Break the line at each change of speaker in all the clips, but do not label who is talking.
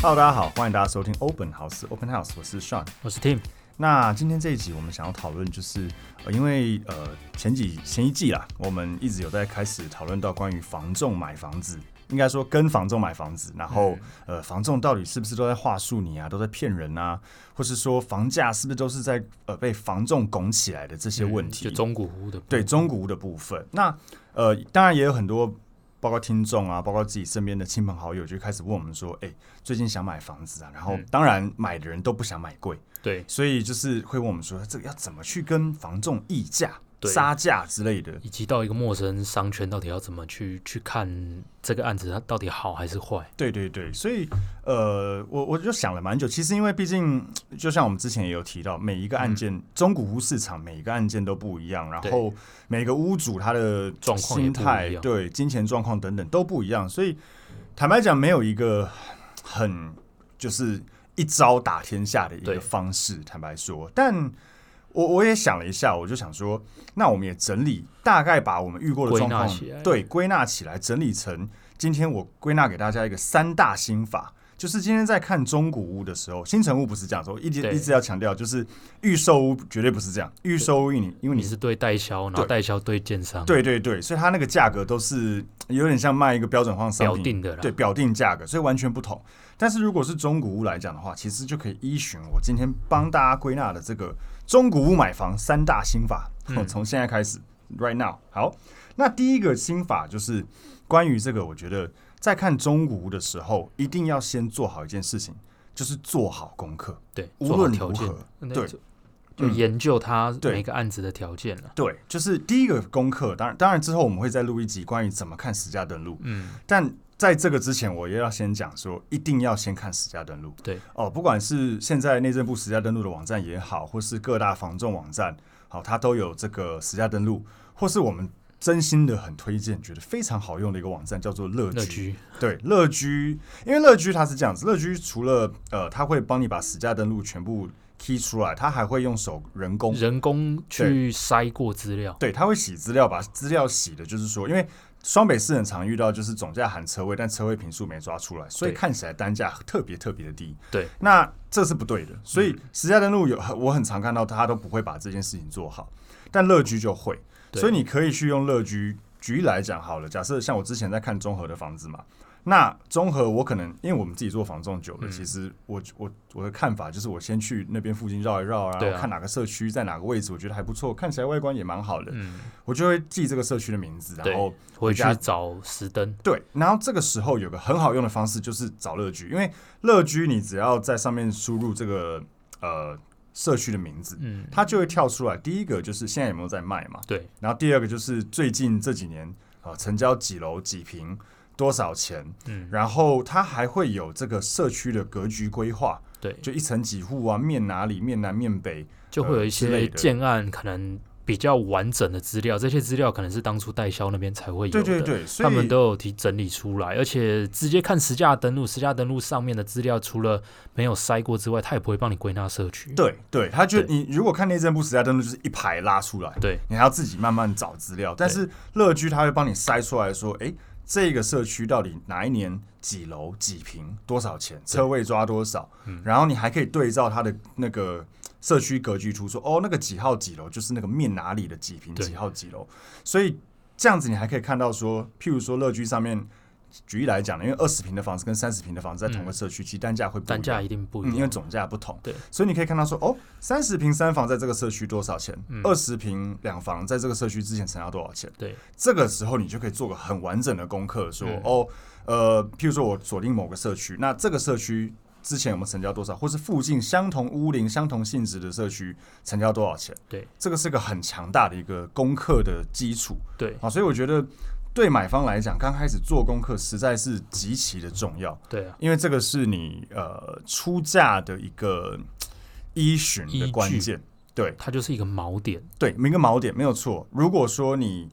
Hello，大家好，欢迎大家收听 Open House Open House，我是 Sean。
我是 Tim，
那今天这一集我们想要讨论就是，呃，因为呃前几前一季啦，我们一直有在开始讨论到关于房仲买房子，应该说跟房仲买房子，然后、
嗯
呃房仲到底是不是都在话术你啊，都在骗人啊，或是说房价是不是都是在呃被房仲拱起来的这些问题？
嗯就中古屋的，
对中古屋的部分。那呃，当然也有很多，包括听众啊，包括自己身边的亲朋好友，就开始问我们说，哎、最近想买房子啊，然后
嗯
当然买的人都不想买贵，
对，
所以就是会问我们说，这个要怎么去跟房仲议价、
对
杀价之类的。
以及到一个陌生商圈，到底要怎么去去看这个案子，它到底好还是坏？
对对对，所以呃，我我就想了蛮久。其实因为毕竟，就像我们之前也有提到，每一个
嗯
案件、中古屋市场每一个案件都不一样，然后每个屋主他的
状况也
心
不一
态、
样
对金钱状况等等都不一样，所以坦白讲，没有一个很就是一招打天下的一个
对
方式。坦白说，但我我也想了一下，我就想说，那我们也整理，大概把我们遇过的
归
状
纳
况
起来，
对，归纳起来，整理成今天我归纳给大家一个三大心法，就是今天在看中古屋的时候，新城屋不是这样说，一直
对
一直要强调，就是预售屋绝对不是这样，预售屋因为你因为
你
你
是对代销，然
嗯
后
对
代销对建商，，
对对对，所以它那个价格都是有点像卖一个标准化商
表
品，
定的啦，
对，表定价格，所以完全不同。但是如果是中古屋来讲的话，其实就可以依循我今天帮大家归纳的这个中古屋买房三大心法，
嗯
从现在开始，right now。好，那第一个心法就是关于这个，我觉得在看中古屋的时候，一定要先做好一件事情，就是做好功课，
对，
无
做好
论
条
如
件
何，，
那
对嗯
就，就研究它
对
每个案子的条件了，
对，就是第一个功课。当然，当然之后我们会再录一集关于怎么看实价登录。
嗯，
但在这个之前，我也要先讲说，一定要先看实价登录。
对
哦，不管是现在内政部实价登录的网站也好，或是各大房仲网站，好、它都有这个实价登录，或是我们真心的很推荐，觉得非常好用的一个网站，叫做乐
乐
居。
居，
对，乐居，因为乐居它是这样子，乐居除了呃，它会帮你把实价登录全部 key 出来，它还会用手人工
人工去筛过资料，
对，他会洗资料，把资料洗的，就是说，因为双北市很常遇到，就是总价含车位，但车位平数没抓出来，所以
对
看起来单价特别特别的低。
对，
那这是不对的。所以实价登录有，我很常看到他都不会把这件事情做好，但乐居就会，
对
所以你可以去用乐居。举例来讲好了，假设像我之前在看中和的房子嘛，那中和我可能因为我们自己做房仲久
嗯
了，其实我我我的看法就是我先去那边附近绕一绕啊，
对啊
看哪个社区在哪个位置，我觉得还不错，看起来外观也蛮好的，
嗯，
我就会记这个社区的名字，
对
然后
回去
家
找石灯，
对，然后这个时候有个很好用的方式就是找乐居，因为乐居你只要在上面输入这个呃社区的名字，
嗯，
它就会跳出来。第一个就是现在有没有在卖嘛，
对，
然后第二个就是最近这几年啊、呃成交几楼几平多少钱，
嗯，
然后它还会有这个社区的格局规划，
对，
就一层几户啊，面哪里面南面北，
就会有一
之类
些
的
建案可能比较完整的资料，这些资料可能是当初代销那边才会有
对
的，
对对，所以
他们都有提整理出来，而且直接看实价登录，实价登录上面的资料除了没有筛过之外，它也不会帮你归纳社区。
对对，他就
对
你如果看内政部时代登录，就是一排拉出来，
对
你还要自己慢慢找资料。但是乐居他会帮你筛出来说，诶，这个社区到底哪一年几楼几平多少钱，车位抓多少，
嗯
然后你还可以对照它的那个社区格局图说，哦，那个几号几楼就是那个面哪里的几平
对
几号几楼，所以这样子你还可以看到说，譬如说乐居上面。举例来讲呢，因为二十平的房子跟三十平的房子在同个社区，其实单价会不一
嗯单价
样
一定不
嗯，
一
因为
样。
总价不同，
对，
所以你可以看到说，哦，三十平三房在这个社区多少钱？二十平两房在这个社区之前成交多少钱？
对
这个时候你就可以做个很完整的功课，说，
嗯
哦，呃，譬如说我锁定某个社区，那这个社区之前有没有成交多少，或是附近相同屋龄、相同性质的社区成交多少钱？
对，
这个是个很强大的一个功课的基础
对
啊，所以我觉得对买方来讲，刚开始做功课实在是极其的重要。
对啊，
因为这个是你呃出价的一个嗯依循
依
的
据
关键。对
它就是一个锚点。
对，每个锚点没有错。如果说你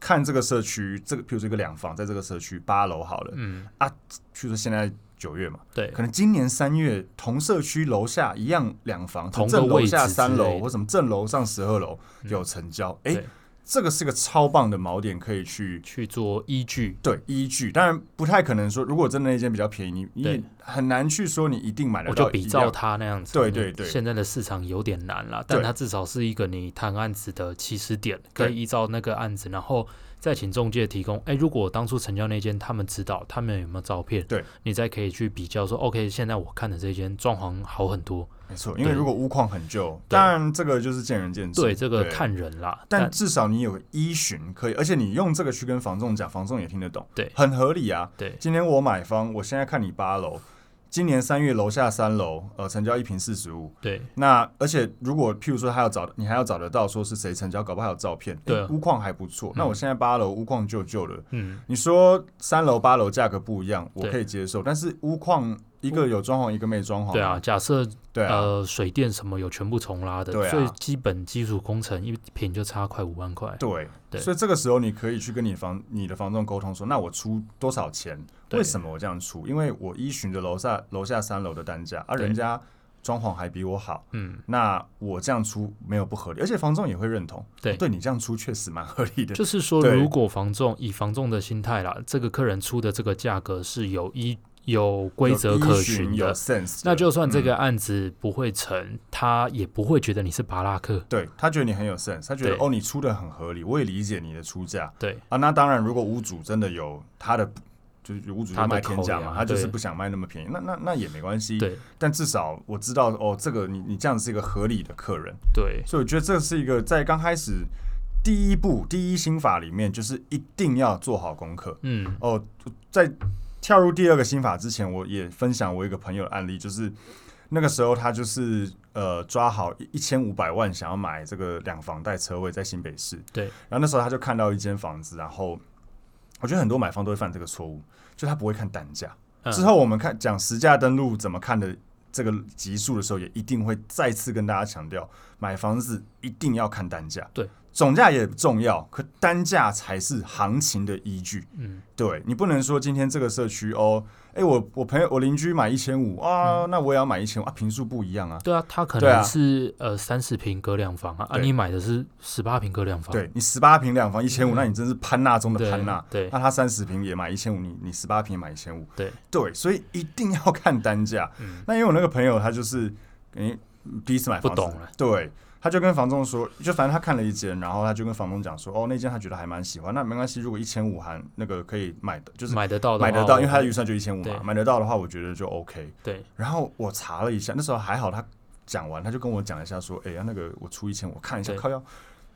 看这个社区，这个譬如说一个两房，在这个社区八楼好了，
嗯，
譬如说现在九月嘛，
对
可能今年三月同社区楼下一样两房，
同个
正楼
位置
下
之
三
类
楼
的
或什么正楼上十二楼有成交，哎、
对
这个是个超棒的锚点，可以去
去做依据。
对依据。当然不太可能说，如果真的那间比较便宜，你你
对
也很难去说你一定买得
我
到一样。
就比照它那样子，嗯
对对对
现在的市场有点难了，但
对
它至少是一个你谈案子的起始点，
对
可以依照那个案子，然后再请中介提供。哎、如果我当初成交那间，他们知道他们有没有照片，
对，
你再可以去比较说，OK，现在我看的这间装潢好很多，
没错，因为
对
如果屋况很旧，
对
当然这个就是见仁见智。
对，这个看人啦，
但至少你有依循可以，而且你用这个去跟房仲讲，房仲也听得懂，
对
很合理啊。
对
今天我买方，我现在看你八楼，今年三月楼下三楼，呃，成交一平四十五。
对
那而且如果譬如说还要找你还要找得到说是谁成交，搞不好还有照片，
对
诶
啊
屋况还不错。那我现在八楼屋况旧旧的，
嗯，
你说三楼八楼价格不一样，我
对
可以接受，但是屋况一个有装潢，一个没装潢，
对啊，，假设
哦对啊，
呃水电什么有全部重拉的，
对啊
最基本基础工程一平就差快五万块，
对，
对
所以这个时候你可以去跟你房你的房仲沟通说，那我出多少钱？
对
为什么我这样出？因为我依循着楼下楼下三楼的单价，而、
对
人家装潢还比我好，
嗯，
那我这样出没有不合理，而且房仲也会认同，
对
哦对你这样出确实蛮合理的。
就是说，
对
如果房仲以房仲的心态啦，这个客人出的这个价格是有依有规则可循
有依嗯循
的，
有 sense，的
那就算这个案子不会成，他也不会觉得你是拔拉客。
对他觉得你很有 sense，他觉得
对
哦你出的很合理，我也理解你的出价
对
啊。那当然，如果屋主真的有他的。就是屋主
他
就
的
卖天价
考
嘛，
量
他就是
对
不想卖那么便宜，那那那也没关系。
对
但至少我知道哦，这个你你这样是一个合理的客人，
对
所以我觉得这是一个在刚开始第一步第一心法里面，就是一定要做好功课
嗯，
哦。在跳入第二个心法之前，我也分享我一个朋友的案例，就是那个时候他就是呃抓好一千五百万想要买这个两房带车位在新北市，
对
然后那时候他就看到一间房子，然后我觉得很多买方都会犯这个错误，就他不会看单价。
嗯
之后我们看讲实价登录怎么看的这个集数的时候，也一定会再次跟大家强调，买房子一定要看单价，
对，
总价也重要，可单价才是行情的依据。
嗯，
对你不能说今天这个社区哦，哎，我我朋友我邻居买一千五
嗯
啊，那我也要买一千五啊，平数不一样啊。
对啊，他可
对啊
能是、呃三十平隔两房啊，啊
对
你买的是十八平隔两房，
对你十八平两房一千五，那你真是潘娜中的
嗯对
潘娜。
对
那他三十平也买一千五，你你十八平也买一千五，
对
对，所以一定要看单价。
嗯
那因为我那个朋友他就是，诶、第一次买房子
不懂了，
对，他就跟房东说，就反正他看了一间，然后他就跟房东讲说，哦，那间他觉得还蛮喜欢，那没关系，如果一千五含那个可以买的，就是
买得到的话
买得到，因为他的
我
预算就一千五嘛
对，
买得到的话，我觉得就 OK。
对
然后我查了一下，那时候还好，他讲完他就跟我讲一下说，哎、呀，那个我出一千五，我看一下，
对
靠要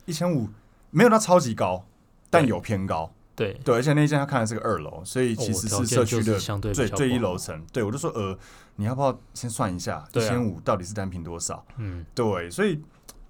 一千五，没有到超级高，但
对
有偏高，
对，
对，而且那间他看的是个二楼，所以
哦
其
我
实
条
是
件
社
就
区
是
的
相对比
最
较
最一
广
楼，层，对我就说呃，你要不要先算一下一
对啊
千五到底是单品多少？
嗯，
对，所以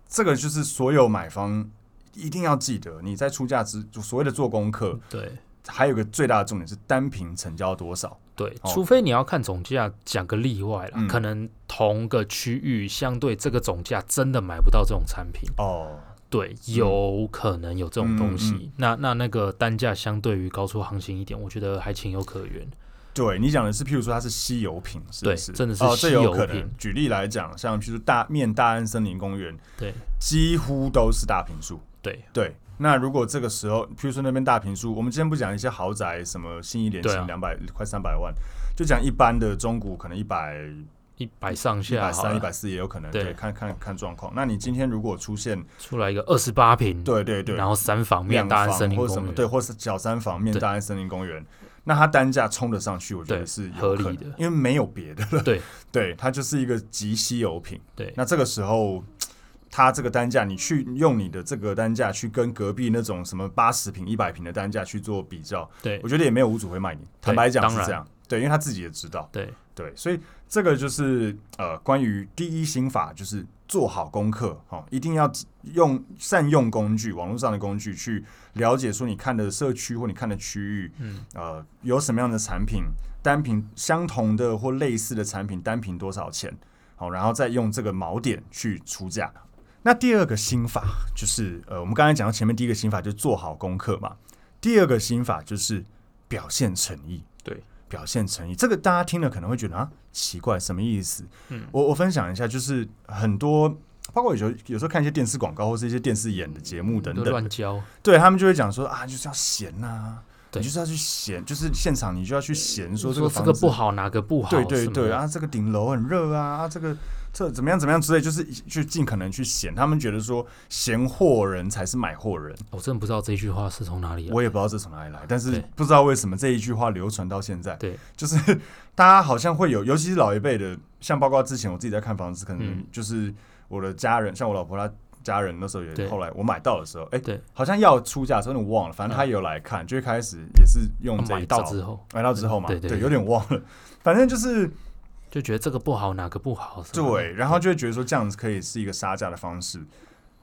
这个就是所有买方一定要记得，你在出价之就所谓的做功课，
对。
还有一个最大的重点是单品成交多少。
对，
哦
除非你要看总价，讲个例外啦，
嗯
可能同个区域相对这个总价真的买不到这种产品，
哦，
对，有可能有这种东西。
嗯嗯
那那那个单价相对于高出行情一点，我觉得还情有可原。
对你讲的是，譬如说它是稀有品，是不
对
是？
真的是
哦，这
稀
有
有
可
品
能。举例来讲，像譬如大面大安森林公园，
对
几乎都是大平数。
对
对，那如果这个时候，譬如说那边大平数，我们今天不讲一些豪宅，什么新一联
对
型
啊
两百、快三百万，就讲一般的中古，可能一百、
一百上
一
下
百
好
三、
了，
一百四也有可能，
对
对，看看看状况。那你今天如果出现，
出来一个二十八平，
对对对，
然后三房面
两
大安
房
森林
或者什
公
么，
园，
对，或是小三房面
对
大安森林公园，那它单价冲得上去，我觉得
对
是有
合理
可能
的
因为没有别的了，
对
对，它就是一个极稀有品。
对
那这个时候，它这个单价，你去用你的这个单价去跟隔壁那种什么八十平、一百平的单价去做比较，
对
我觉得也没有屋主会卖你。坦白讲
当
是
然
这样，对，因为他自己也知道，
对
对，所以这个就是呃，关于第一心法，就是做好功课哦，一定要用善用工具，网络上的工具去了解说你看的社区或你看的区域，
嗯，
呃，有什么样的产品，单品相同的或类似的产品单品多少钱，好、然后再用这个锚点去出价。那第二个心法就是呃，我们刚才讲到前面第一个心法就是做好功课嘛，第二个心法就是表现诚意。
对，
表现诚意，这个大家听了可能会觉得啊奇怪，什么意思？
嗯
我我分享一下，就是很多不包括有有时候看一些电视广告或是一些电视演的节目等
都
等
乱，交，
对他们就会讲说啊，就是要闲呐、
对
你就是要去闲，就是现场你就要去闲，说这
说
个
这
房
个
子
不好，哪个不好，
对对
什么
对
的，
啊，这个顶楼很热啊，啊这个这怎么样怎么样之类，就是去尽可能去闲。他们觉得说闲货人才是买货人，
我真的不知道这句话是从哪里来。
我也不知道这从哪里来，但是
对
不知道为什么这一句话流传到现在，
对，
就是 大家好像会有，尤其是老一辈的，像包括之前我自己在看房子，可能
嗯
就是我的家人，像我老婆她。家人那时候
对
也，后来我买到的时候，哎、
对
好像要出价的时候，有点忘了，反正他
嗯哦
也有来看，就一开始也是用这
买
一
到
招，
之后
买到之后嘛，
对对对
有点忘了，反正就是
就觉得这个不好，哪个不好，什么的
对，然后就会觉得说这样子可以是一个杀价的方式。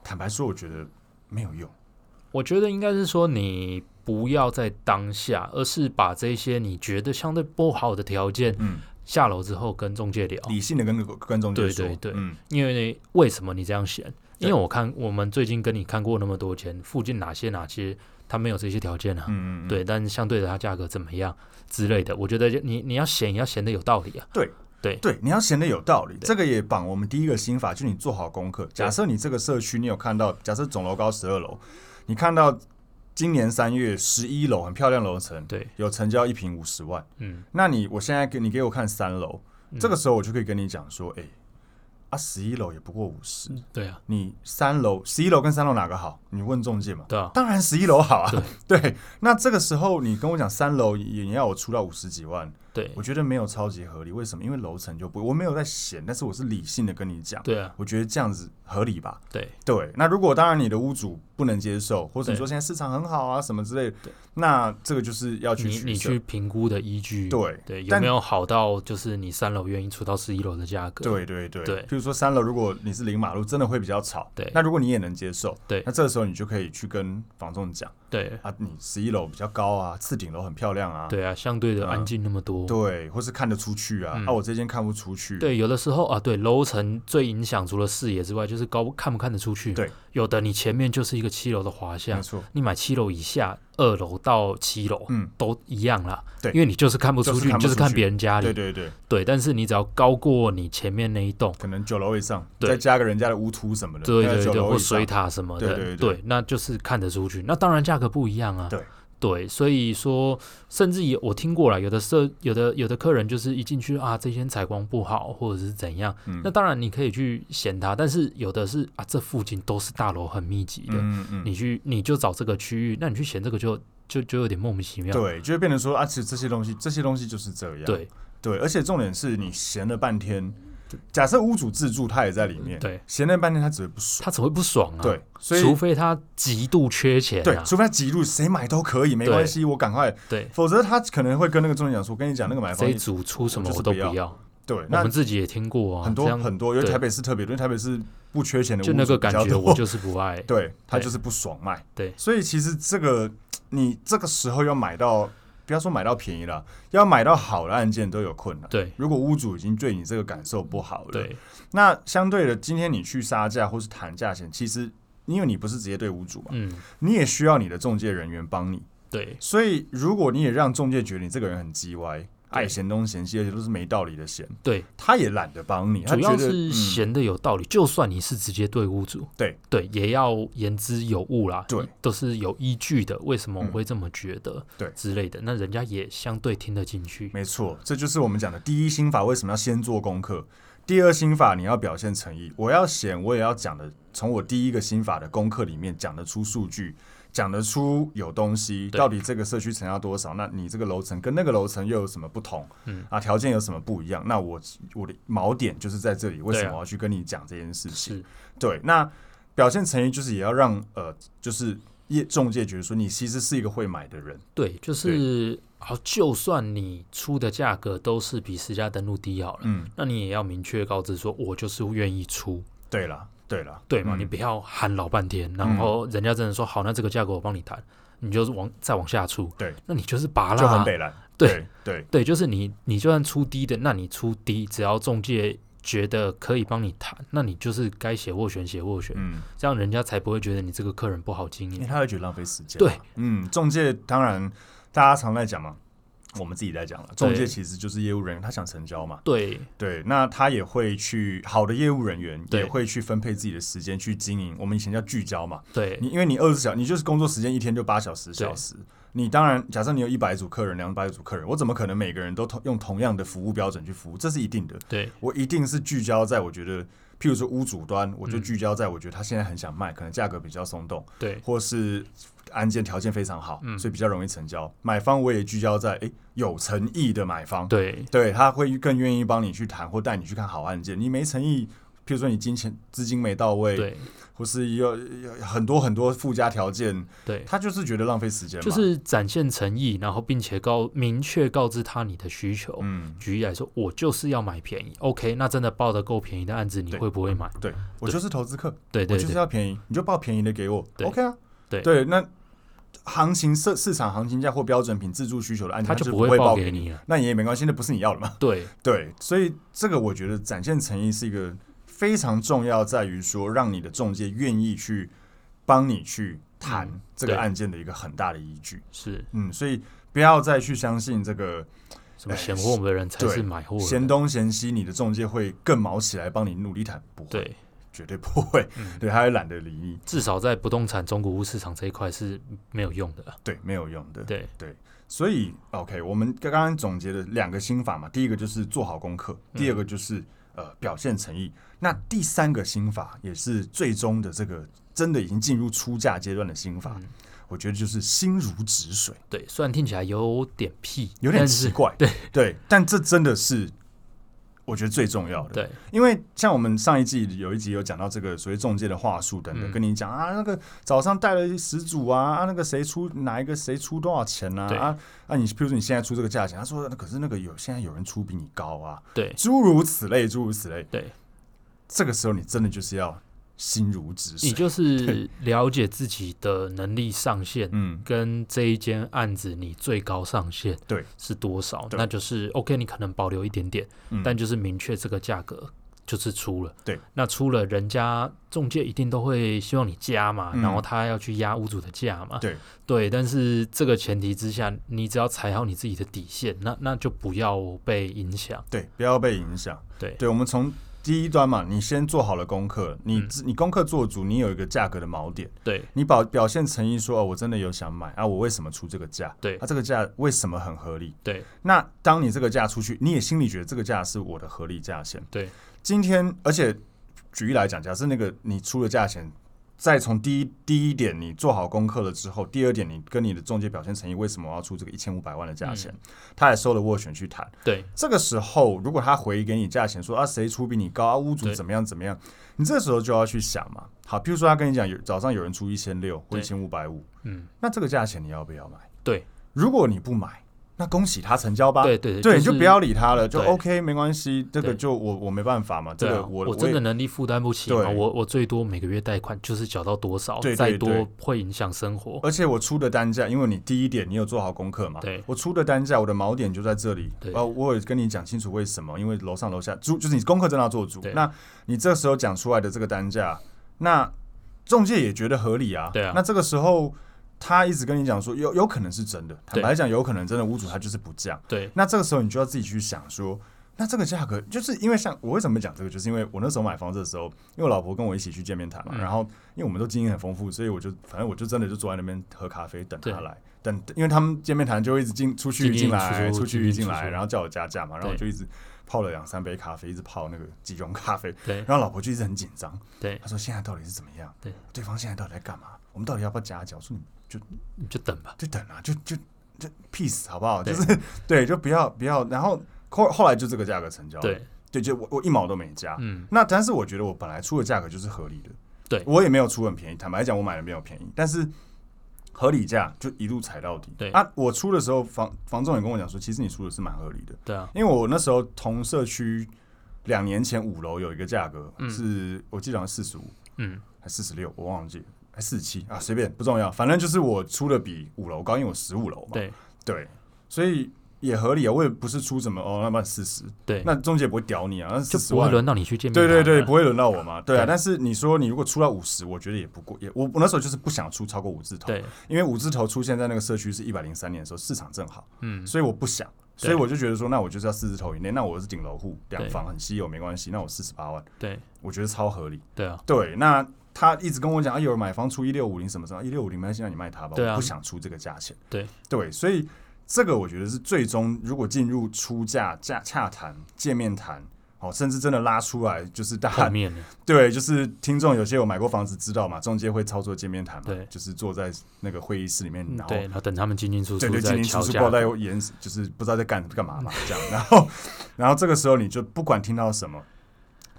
坦白说，我觉得没有用。
哦我觉得应该是说你不要在当下，而是把这些你觉得相对不好的条件
嗯，
下楼之后跟中介聊，
理性的跟跟中介说，
对对对
嗯，
因为为什么你这样选？因
对
为我看我们最近跟你看过那么多间，附近哪些哪些它没有这些条件啊？
嗯嗯，嗯
对，但相对的它价格怎么样之类的，我觉得你你要显也要显得有道理啊。
对，你要显得有道理。
对
这个也绑我们第一个心法，就你做好功课。假设你这个社区你有看到，假设总楼高十二楼，你看到今年三月十一楼很漂亮楼层
对，
有成交一平五十万，
嗯，
那你我现在给你给我看三楼，
嗯
这个时候我就可以跟你讲说，哎、啊十一楼也不过五十，
对啊，
你三楼十一楼跟三楼哪个好？你问中介嘛。
对啊，
当然十一楼好啊， 对。那这个时候你跟我讲三楼也你要我出到五十几万，
对
我觉得没有超级合理。为什么？因为楼层就不，我没有在闲，但是我是理性的跟你讲，
对啊，
我觉得这样子合理吧。
对
对，那如果当然你的屋主不能接受，或者你
对
说现在市场很好啊什么之类的
对，
那这个就是要去
你
取
你
舍
去评估的依据，
对
对，有
但
没有好到就是你三楼愿意出到十一楼的价格？
对对对，
对
譬如说三楼，如果你是临马路，真的会比较吵。
对
那如果你也能接受，
对
那这个时候你就可以去跟房仲讲
对
啊，你十一楼比较高啊，次顶楼很漂亮啊，
对啊，相对的
嗯
安静那么多，
对，或是看得出去啊，
嗯
啊，我这间看不出去，
对，有的时候啊，对楼层最影响除了视野之外，就是高看不看得出去。
对，嗯
有的你前面就是一个七楼的滑
没
向，
错，
你买七楼以下，二楼到七楼，
嗯，
都一样啦。
对
因为你就是看不出
就是
去，
看不
你就是
出
看
去
别人家里。
对对对，
对但是你只要高过你前面那一栋，
可能九楼以上，
对
再加个人家的屋突什么的，
对
大概
对
九
对，
楼
或
以上
水，塔什么的，
对对对
那就是看得出去。那当然价格不一样啊。
对
对所以说，甚至也我听过了，有的社有的有的客人就是一进去啊，这间采光不好，或者是怎样。
嗯
那当然你可以去嫌它，但是有的是啊，这附近都是大楼很密集的，
嗯嗯
你去你就找这个区域，那你去嫌这个就就就有点莫名其妙。
对，就会变成说啊，其实这些东西，这些东西就是这样，
对
对，而且重点是你闲了半天，假设屋主自住，他也在里面，
对，
闲了半天他只会不爽，
他只会不爽啊。
对，，所以
除非他极度缺钱、啊。
对，除非他急入，谁买都可以，没
对
关系，我赶快。
对，
否则他可能会跟那个中介讲说：“我跟你讲，那个买
这
方
一组出什
我
么
就是
我都
不要
不要。
对，
我
那
们自己也听过啊，
很
这
多
样
很多，因为
对
台北市特别多，因为台北市不缺钱的屋
就
主
那
比较
个
多，
感觉，我就是不爱。
对他
对
就是不爽卖。
对
所以其实这个你这个时候要买到，不要说买到便宜了，要买到好的案件都有困难。
对
如果屋主已经对你这个感受不好了，
对
那相对的，今天你去杀价或是谈价钱，其实因为你不是直接对屋主嘛，
嗯，
你也需要你的中介人员帮你。
对
所以，如果你也让中介觉得你这个人很叽歪，爱嫌东嫌西，而且都是没道理的嫌，
对，
他也懒得帮你。他
主
觉
要
得
是
嗯、
闲的有道理。就算你是直接对屋主，
对
对，也要言之有物啦，
对，
都是有依据的。为什么我
嗯
会这么觉得？
对
之类的，那人家也相对听得进去。
没错，这就是我们讲的第一心法，为什么要先做功课？第二心法，你要表现诚意。我要显，我也要讲的，从我第一个心法的功课里面讲得出数据，讲得出有东西，
对
到底这个社区成交多少？那你这个楼层跟那个楼层又有什么不同？
嗯
啊，条件有什么不一样？那我我的锚点就是在这里，为
对啊
什么我要去跟你讲这件事情？
是，
对，那表现诚意就是也要让呃，就是业中介觉得说你其实是一个会买的人，
对，就是好，就算你出的价格都是比私家登录低好了，
嗯，
那你也要明确告知说，我就是愿意出。
对啦，对啦，
对嘛？
嗯
你不要喊老半天，然后人家真的说好，那这个价格我帮你谈，你就是往再往下出。
对，
那你就是拔
就很
啦。
北蓝，
对
对
对，就是你，你就算出低的，那你出低，只要中介觉得可以帮你谈，那你就是该写斡旋写斡旋，
嗯，
这样人家才不会觉得你这个客人不好经
因为
营。
啊他会觉得浪费时间，
对，
嗯，中介当然大家常在讲嘛，我们自己在讲了，中介其实就是业务人员，他想成交嘛，
对
对，那他也会去好的业务人员
对
也会去分配自己的时间去经营，我们以前叫聚焦嘛，
对
你因为你二十小，你就是工作时间一天就八小时小时，你当然假设你有一百组客人、两百组客人，我怎么可能每个人都同用同样的服务标准去服务？这是一定的，
对
我一定是聚焦在我觉得，譬如说屋主端，我
嗯
就聚焦在我觉得他现在很想卖，可能价格比较松动，
对嗯
或是案件条件非常好，所以比较容易成交。买方我也聚焦在诶有诚意的买方，
对
对，他会更愿意帮你去谈或带你去看好案件。你没诚意，譬如说你金钱资金没到位，
对
或是有有很多很多附加条件，
对，
他就是觉得浪费时间嘛。
就是展现诚意，然后并且告明确告知他你的需求。
嗯，
举例来说，我就是要买便宜，OK，那真的报的够便宜的案子，你
对
会不会买？
对我就是投资客，
对
我
对
就是
对
要便宜，你就报便宜的给我
对
，OK 啊？
对
那行情市市场行情价或标准品自住需求的案件，
他
他
就
就
不会
会
报
报
给
你，
你了。
那也没关系，那不是你要的嘛。
对
对，所以这个我觉得展现诚意是一个非常重要，在于说让你的中介愿意去帮你去谈
嗯
这个
对
案件的一个很大的依据。
是
嗯，所以不要再去相信这个
什么
哎
嫌货的人才
对
是买货
嫌
人。
东嫌西，你的中介会更毛起来帮你努力谈，不会，
对，嗯
绝对不会，对，他会懒得理你，
至少在不动产中古屋市场这一块是没有用的。
对，没有用的。
对
所以，OK，我们刚刚总结了两个心法嘛，第一个就是做好功课，
嗯
第二个就是、呃表现诚意。那第三个心法也是最终的这个真的已经进入出价阶段的心法，
嗯
我觉得就是心如止水，
对，虽然听起来有点屁，
有点
但
奇
是
怪，
对
对，但这真的是我觉得最重要的。
对
因为像我们上一季有一集有讲到这个所谓中介的话术等等，
嗯
跟你讲啊，那个早上带了十组啊，啊那个谁出哪一个谁出多少钱啊
对
啊啊你譬如说你现在出这个价钱，他说那可是那个有现在有人出比你高啊，
对
诸如此类，诸如此类。
对，
这个时候你真的就是要心如止水，
你就是了解自己的能力上限，
嗯
跟这一间案子你最高上限
对
是多少？
对
那就是 OK，你可能保留一点点，
嗯
但就是明确这个价格就是出了。
对，
那出了，人家中介一定都会希望你加嘛，
嗯
然后他要去压屋主的价嘛。
对
对，但是这个前提之下，你只要踩好你自己的底线，那那就不要被影响。
对，不要被影响。
对
对，我们从第一端嘛，你先做好了功课，你、
嗯
你功课做足，你有一个价格的锚点。
对
你表表现诚意说，哦，我真的有想买啊，我为什么出这个价？
对
啊，这个价为什么很合理？
对
那当你这个价出去，你也心里觉得这个价是我的合理价钱。
对
今天，而且举例来讲，假设那个你出了价钱，再从第一第一点你做好功课了之后，第二点你跟你的中介表现诚意，为什么我要出这个一千五百万的价钱？他也收了斡旋去谈。
对
这个时候，如果他回给你价钱说啊谁出比你高啊屋主
对
怎么样怎么样，你这时候就要去想嘛。好，譬如说他跟你讲有早上有人出一千六或一
对
千五百五，
嗯，
那这个价钱你要不要买？
对
如果你不买，那恭喜他成交吧。
对对
对，你
就
就是不要理他了，就
对
OK，没关系，这个
对
就我我没办法嘛，这
对
个
啊，
我
我真
也
的能力负担不起嘛，
对
我我最多每个月贷款就是缴到多少，
对对
再
对
多会影响生活。
而且我出的单价，因为你第一点你有做好功课嘛，
对
我出的单价，我的锚点就在这里
对。
呃，我有跟你讲清楚为什么，因为楼上楼下租就是你功课真的要做足
对。
那你这时候讲出来的这个单价，那中介也觉得合理啊。
对啊
那这个时候他一直跟你讲说，有有可能是真的，坦
对
白讲，有可能真的屋主他就是不降。
对
那这个时候你就要自己去想说。那这个价格，就是因为像我为什么讲这个，就是因为我那时候买房子的时候，因为我老婆跟我一起去见面谈嘛，
嗯
然后因为我们都经验很丰富，所以我就反正我就真的就坐在那边喝咖啡等
对
他来，等因为他们见面谈就会一直进出去
进
进
进
来
出出进
去
进
进
出
来，
出
然后叫我加价嘛，然后我
对
就一直泡了两三杯咖啡，一直泡那个即溶咖啡，
对
然后老婆就一直很紧张，
对，
她说现在到底是怎么样？
对，
对方现在到底在干嘛？我们到底要不要加价？我说你就
你就等吧。
就等啊，就就就 peace 好不好？
对
就是 对，就不要不要，然后后后来就这个价格成交了，
对，
对，就我我一毛都没加。
嗯，
那但是我觉得我本来出的价格就是合理的，
对
我也没有出很便宜，坦白讲我买的没有便宜，但是合理价就一路踩到底。
对
啊，我出的时候房房仲也跟我讲说，其实你出的是蛮合理的，
对啊，
因为我那时候同社区两年前五楼有一个价格是，我记得好像四十五
嗯，
还四十六，我忘记了还四十七啊，随便不重要，反正就是我出的比五楼高，因为我十五楼嘛。
对
对，所以也合理啊，我也不是出什么哦，那么四十，
对，
那中介不会屌你啊，那
就
40
不会
万
轮到你去见面
对
谈
对
了。
对，不会轮到我嘛？对啊，
对
但是你说你如果出到五十，我觉得也不过也我我那时候就是不想出超过五字头，
对，
因为五字头出现在那个社区是一百零三年的时候，市场正好，
嗯，
所以我不想，
对
所以我就觉得说，那我就是要四字头以内，那我是顶楼户，两
对
房很稀有没关系，那我四十八万，
对
我觉得超合理。
对啊，
对，那他一直跟我讲，啊，有人买房出一六五零什么什么，啊一六五零没关系，那你卖它吧，
对啊
我不想出这个价钱。
对
对，所以这个我觉得是最终如果进入出价价洽谈、见面谈，哦，甚至真的拉出来，就是大
后
家
面呢
对，就是听众有些有买过房子知道嘛，中介会操作见面谈嘛，
对嗯
就是坐在那个会议室里面，然后
对，然后等他们进进出
对
出
对，
再
进进
敲
出出，不知
价
道在
格，
演，就是不知道在干干嘛嘛，这样。 然后，然后这个时候你就不管听到什么，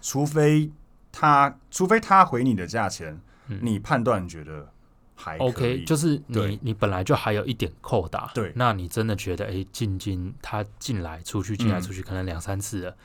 除非他，除非他回你的价钱，
嗯
你判断觉得还可以
OK，就是你
对
你本来就还有一点扣打，
对
那你真的觉得哎，进进他进来出去进来
嗯
出去，可能两三次了，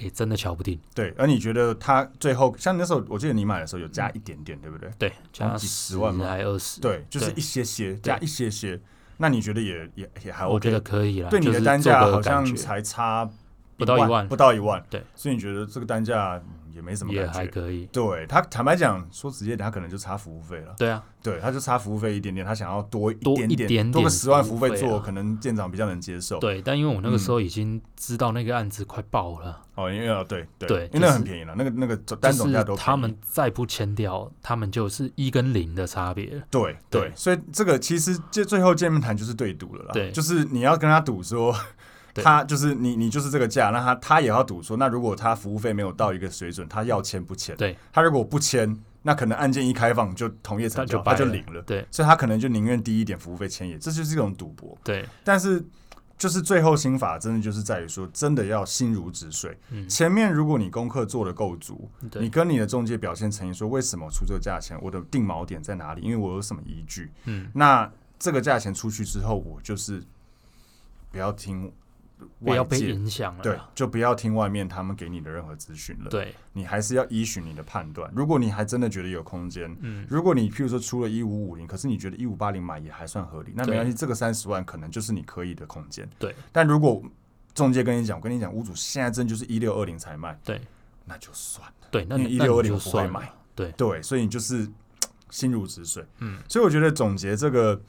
哎，真的瞧不定，
对。而你觉得他最后，像那时候，我记得你买的时候有加一点点，对不对？
对，加
几十万吗
还二十，
对，就是一些些加一些些，那你觉得也也也还
我
啊 OK？
觉得可以了，
对你
就
的
是
单
做
价
个
好
感
像
觉
才差
不到一万
万，不到一万，
对，
所以你觉得这个单价嗯也没什么
也
感
还
觉。
可以，
对他坦白讲，说直接点，他可能就差服务费了。
对啊，
对，他就差服务费一点点，他想要多一
多
点
一
点，
点
多个
点
十万
服
服
务
务
费
费做，
啊
可能店长比较能接受。
对，但因为我那个
嗯
时候已经知道那个案子快爆了，
哦，因为啊，对对，
对
因为那个
就是
很便宜了，那个那个总
但
单
是
总价都
他
便宜
们再不签掉，他们就是一跟零的差别了，
对对
对
所以这个其实这最后见面谈就是对赌了啦，
对
就是你要跟他赌说。
对
他就是你，你就是这个价，那他他也要赌说，那如果他服务费没有到一个水准，他要签不签？
对，
他如果不签，那可能案件一开放就同业成
他就
交，
掰
他就
了
领了，
对
所以他可能就宁愿低一点服务费签也，这就是一种赌博。
对，
但是就是最后心法真的就是在于说，真的要心如止水。
嗯，
前面如果你功课做得够足，你
对，
跟你的中介表现诚意说，为什么出这个价钱，我的定锚点在哪里，因为我有什么依据。
嗯，
那这个价钱出去之后，我就是不要听
不
外
要被
界。
影响了
对
啦，，
就不要听外面他们给你的任何资讯了。，
哎对，
你还是要依循你的判断。如果你还真的觉得有空间，
嗯，
如果你譬如说出了一五五零，可是你觉得一五八零买也还算合理，那没关系，这个三十万可能就是你可以的空间。
对，
但如果中介跟你讲，我跟你讲，屋主现在真就是一六二零才卖，
对，
那就算了。
对，那
因为
那
1620
你就
我不会
算
买
了，对，
对，所以你就是嘖心如止水。
嗯，
所以我觉得总结这个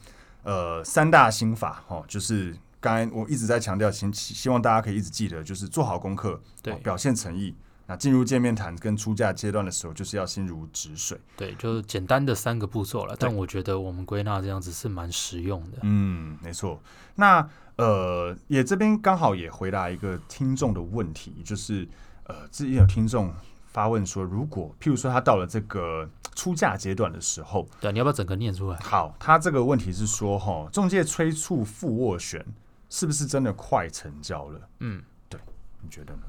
呃三大心法哦，就是刚才我一直在强调，希希望大家可以一直记得，就是做好功课，
对
哦表现诚意。那进入见面谈跟出价阶段的时候，就是要心如止水。
对，就是简单的三个步骤了。但
对
我觉得我们归纳这样子是蛮实用的。
嗯，没错。那呃，也这边刚好也回答一个听众的问题，就是呃，之前有听众发问说，如果譬如说他到了这个出价阶段的时候，
对，啊你要不要整个念出来？
好，他这个问题是说，哈，中介催促付斡旋，是不是真的快成交了？
嗯，
你觉得呢？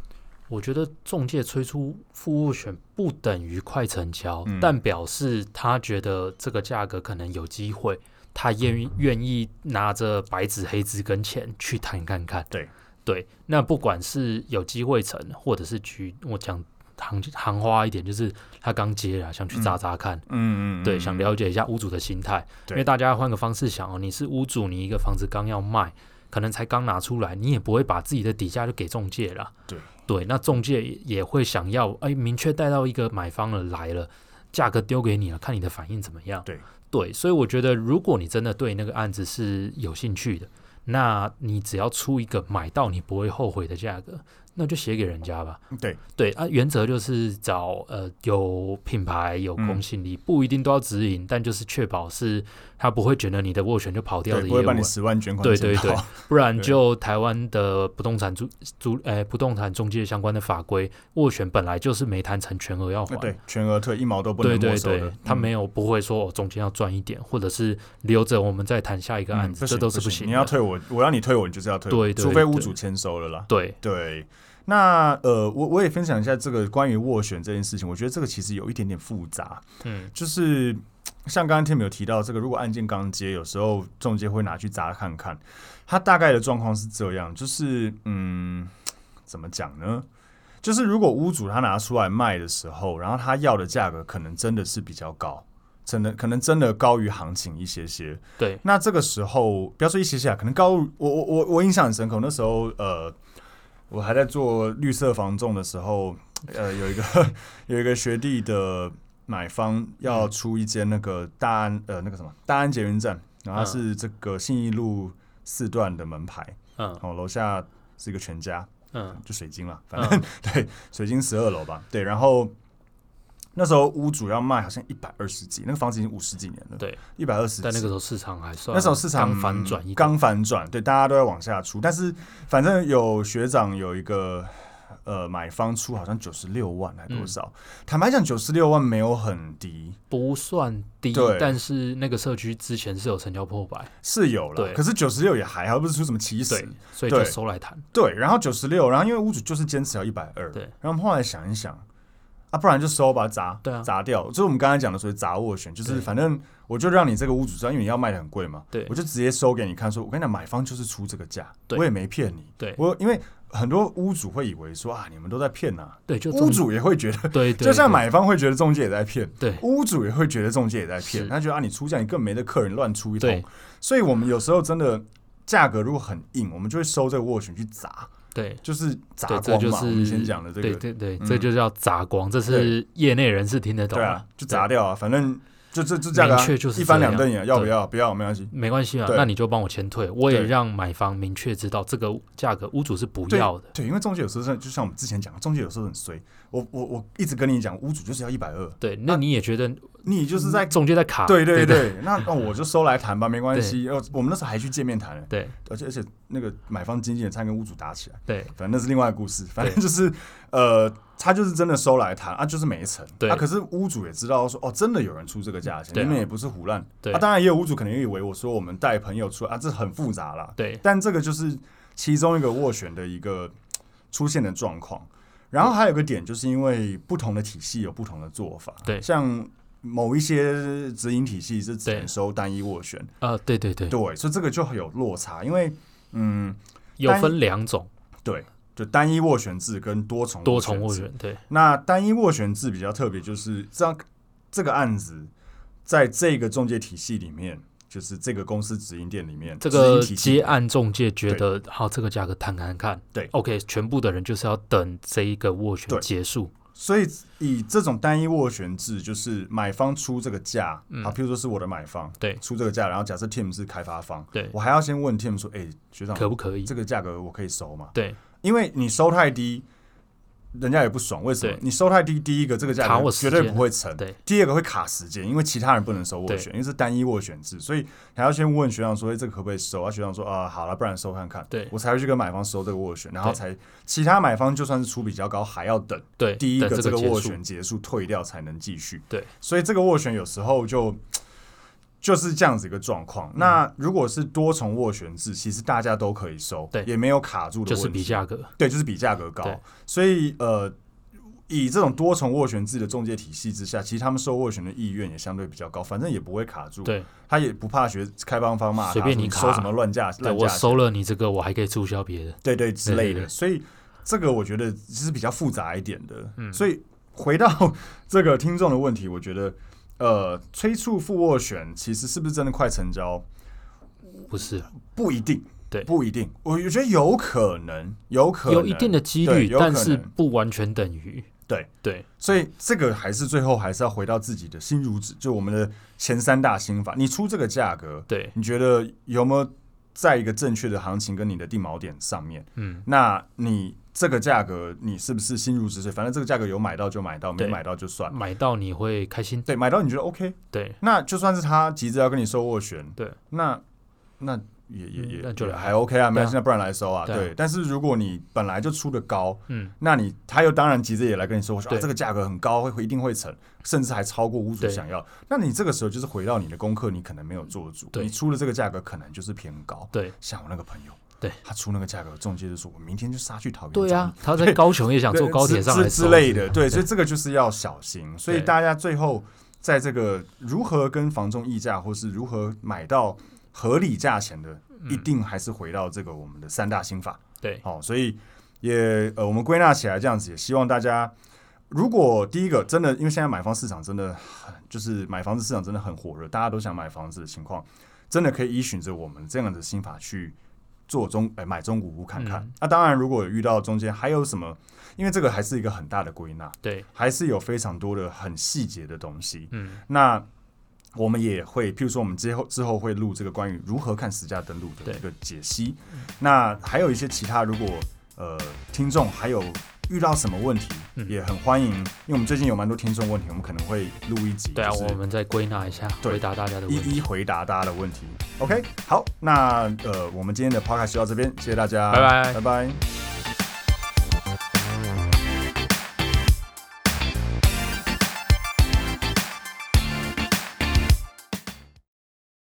我觉得中介催出付斡旋不等于快成交，
嗯
但表示他觉得这个价格可能有机会，他愿
嗯
意愿意拿着白纸黑字跟钱去谈看看。
对
对，那不管是有机会成，或者是去我讲行行话一点，就是他刚接啊，想去砸砸看。
嗯
对，想了解一下屋主的心态，因
对
为大家换个方式想哦，你是屋主，你一个房子刚要卖，可能才刚拿出来，你也不会把自己的底价就给中介啦。
对
对，那中介也也会想要哎，明确带到一个买方了来了，价格丢给你了，看你的反应怎么样。
对
对，所以我觉得，如果你真的对那个案子是有兴趣的，那你只要出一个买到你不会后悔的价格，那就写给人家吧。
对，
对啊，原则就是找呃有品牌、有
嗯
公信力，不一定都要指引，但就是确保是他不会觉得你的斡旋就跑掉
对，
的业
不会
务
把你
啊，
十万捐款
对
捡
对对
到
不然
对
就台湾的不动产租租呃不动产中介相关的法规，斡旋本来就是没谈成全额要还。
呃 对，全额退一毛都不能
对
没
对
收的嗯
对，他没有不会说我哦中间要赚一点，或者是留着我们再谈下一个
嗯
案
嗯
子，
不
这
行
都是
不
行的。
你要退我，我让你退我，你就是要退我，
对对
除非屋
对
主签收了啦。
对
对，那呃，我我也分享一下这个关于斡旋这件事情，我觉得这个其实有一点点复杂，
嗯
就是像刚刚 Tim 有提到，这个如果案件刚接，有时候中介会拿去砸看看。它大概的状况是这样，就是嗯，怎么讲呢？就是如果屋主他拿出来卖的时候，然后他要的价格可能真的是比较高，真的可能真的高于行情一些些。
对，
那这个时候不要说一些些啊，可能高我我我我印象很深刻，那时候呃，我还在做绿色房仲的时候，呃，有一个 有一个学弟的买方要出一间那个大安呃那个什么大安捷运站，然后它是这个信义路四段的门牌，
嗯
然后楼下是一个全家，
嗯
就水晶啦，反正、
嗯
对水晶十二楼吧，对，然后。那时候屋主要卖好像一百二十几，那个房子已经五十几年了，
对，
一百二十
但那个时候市场还算
那时候市场嗯
啊刚反转一点
刚反转，对，大家都在往下出，但是反正有学长有一个呃买方出好像九十六万还多少，
嗯
坦白讲九十六万没有很低，
不算低
对，
但是那个社区之前是有成交破百，
是有了，
对
可是九十六也还好，不是出什么七十
对，，所以就
对
收来谈，
对，然后九十六，然后因为屋主就是坚持要一百二，
对，
然后我们后来想一想。啊，不然就收吧，砸，
对啊
砸掉，就是我们刚才讲的，所谓砸斡旋，就是
对
反正我就让你这个屋主知道，因为你要卖的很贵嘛，
对
我就直接收给你看说我跟你讲，买方就是出这个价，
对
我也没骗你，
对
我因为很多屋主会以为说啊，你们都在骗啊，
对，就
屋
中
主也会觉得，
对，对
就像
对
买方会觉得中介也在骗，
对
屋主也会觉得中介也在骗，
是
他觉得啊，你出价你更没得客人乱出一通
对，
所以我们有时候真的价格如果很硬，我们就会收这个斡旋去砸，
对
就是砸
对，这
光
就
嘛。我们
是
先讲的这
对
个，
对对，
嗯
这就叫砸光，这是业内人士听得懂
对
的
啊，就砸掉啊，反正就这这价格
明
啊
确就是
一翻
这样
两瞪眼，要不
对
要？不要没关系。
没关系啊，
对
那你就帮我签退，我也
对
让买方明确知道这个价格屋主是不要的，
对，因为中介有时候真的就像我们之前讲，中介有时候很衰。我我我一直跟你讲，屋主就是要一百二，
对，那你也觉得
你啊就是在
中介在卡，
对对
啊对
对，那那我就收来谈吧，没关系。呃，我们那时候还去见面谈了，
对
而且而且那个买方经纪人差点跟屋主打起来，
对
反正那是另外的故事。反正就是呃，他就是真的收来谈啊，就是没成。
对
啊，可是屋主也知道说，哦，真的有人出这个价钱，
对啊
你们也不是胡乱。
对
啊，当然也有屋主可能也以为我说我们带朋友出来啊，这很复杂啦。
对
但这个就是其中一个斡旋的一个出现的状况。然后还有一个点，就是因为不同的体系有不同的做法，
对
像某一些直营体系是只能
对
收单一斡旋，
呃，对对对，
对，所以这个就有落差，因为嗯，
有
单
分两种，
对，就单一斡旋制跟多重
多重
斡
斡
制。
旋，对
那单一斡旋制比较特别，就是这样这个案子在这个中介体系里面，就是这个公司直营店里面，
这个
直营体系里
接
面
案中介觉得好，这个价格谈谈看，
对
，OK，全部的人就是要等这一个斡旋
对
结束，
所以以这种单一斡旋制，就是买方出这个价、啊，譬如说是我的买方，
嗯对
出这个价，然后假设 Tim 是开发方，
对
我还要先问 Tim 说，哎、学长，
可不可以？
这个价格我可以收吗？
对，
因为你收太低，人家也不爽，为什么
对？
你收太低，第一个这个价
卡
格
我
绝
时间
对不会成，
对
第二个会卡时间，因为其他人不能收斡
对
旋，因为是单一斡旋制，所以还要先问学长说，哎、这个可不可以收？啊，学长说，啊，好了，不然收看看，
对
我才会去跟买方收这个斡旋，然后
对
才其他买方就算是出比较高，还要等。
对，
第一
等
个
这
这个
结
斡
束
旋结束退掉才能继续。
对，
所以这个斡旋有时候就就是这样子一个状况。那
嗯
如果是多重斡旋制，其实大家都可以收，
对
也没有卡住的
就
问题，
是比价格，
对，就是比价格高
对。
所以呃，以这种多重斡旋制的中介体系之下，其实他们收斡旋的意愿也相对比较高，反正也不会卡住，
对，
他也不怕学开帮方骂他，
随便
说
你
你
卡
收什么乱价，
对
烂
我
价钱
收了你这个，我还可以促销别的，
对对之类
对对
的，
对
所以这个我觉得是比较复杂一点的。
嗯
所以回到 这个听众的问题，我觉得呃，催促负斡旋其实是不是真的快成交，
不是
不一定，
对
不一定。我觉得有可能，有可能
有一定的几
对
率，
有
但
可
是
能
不完全等于，
对。
对
所以这个还是最后还是要回到自己的心如指，就我们的前三大心法。你出这个价格，
对，
你觉得有没有在一个正确的行情跟你的定锚点上面？
嗯，
那你这个价格，你是不是心如止水？反正这个价格有买到就买到，没
对
买到就算。
买到你会开心，
啊对，买到你觉得 OK，
对
那就算是他急着要跟你收斡旋，
对，
那那也也
嗯
也
那就
也
来
还 OK 啊，没关系，
对
那不然来收啊。
对啊
对，但是如果你本来就出的高，
嗯，
那你他又当然急着也来跟你说，我说啊
对
这个价格很高，会会一定会成，甚至还超过屋主
对
想要。那你这个时候就是回到你的功课，你可能没有做足，
对
你出的这个价格可能就是偏高。
对
像我那个朋友，
对
他出那个价格，中介就说我明天就杀去桃园。
对啊，，他在高雄也想坐
对
高
之
铁上来
之之
收
类的，对，所以这个就是要小心。所以
对
大家最后在这个如何跟房仲议价，或是如何买到合理价钱的，
嗯
一定还是回到这个我们的三大心法。
对
好、所以也呃，我们归纳起来这样子，也希望大家如果第一个真的，因为现在买方市场真的很就是买房子市场真的很火热，大家都想买房子的情况，真的可以依循着我们这样的心法去做中哎买中古屋看看。那、
嗯
当然，如果有遇到中间还有什么，因为这个还是一个很大的归纳，
对，
还是有非常多的很细节的东西。
嗯，
那我们也会，譬如说，我们之后之后会录这个关于如何看实价登录的
对
一个解析。那还有一些其他，如果呃听众还有遇到什么问题，
嗯
也很欢迎，因为我们最近有蛮多听众问题，我们可能会录一集，
对啊，
就是
我们再归纳一下，
对
回答大家的问题。
一一回答大家的问题。OK，好，那呃，我们今天的 podcast 就到这边，谢谢大家，
拜拜
拜拜。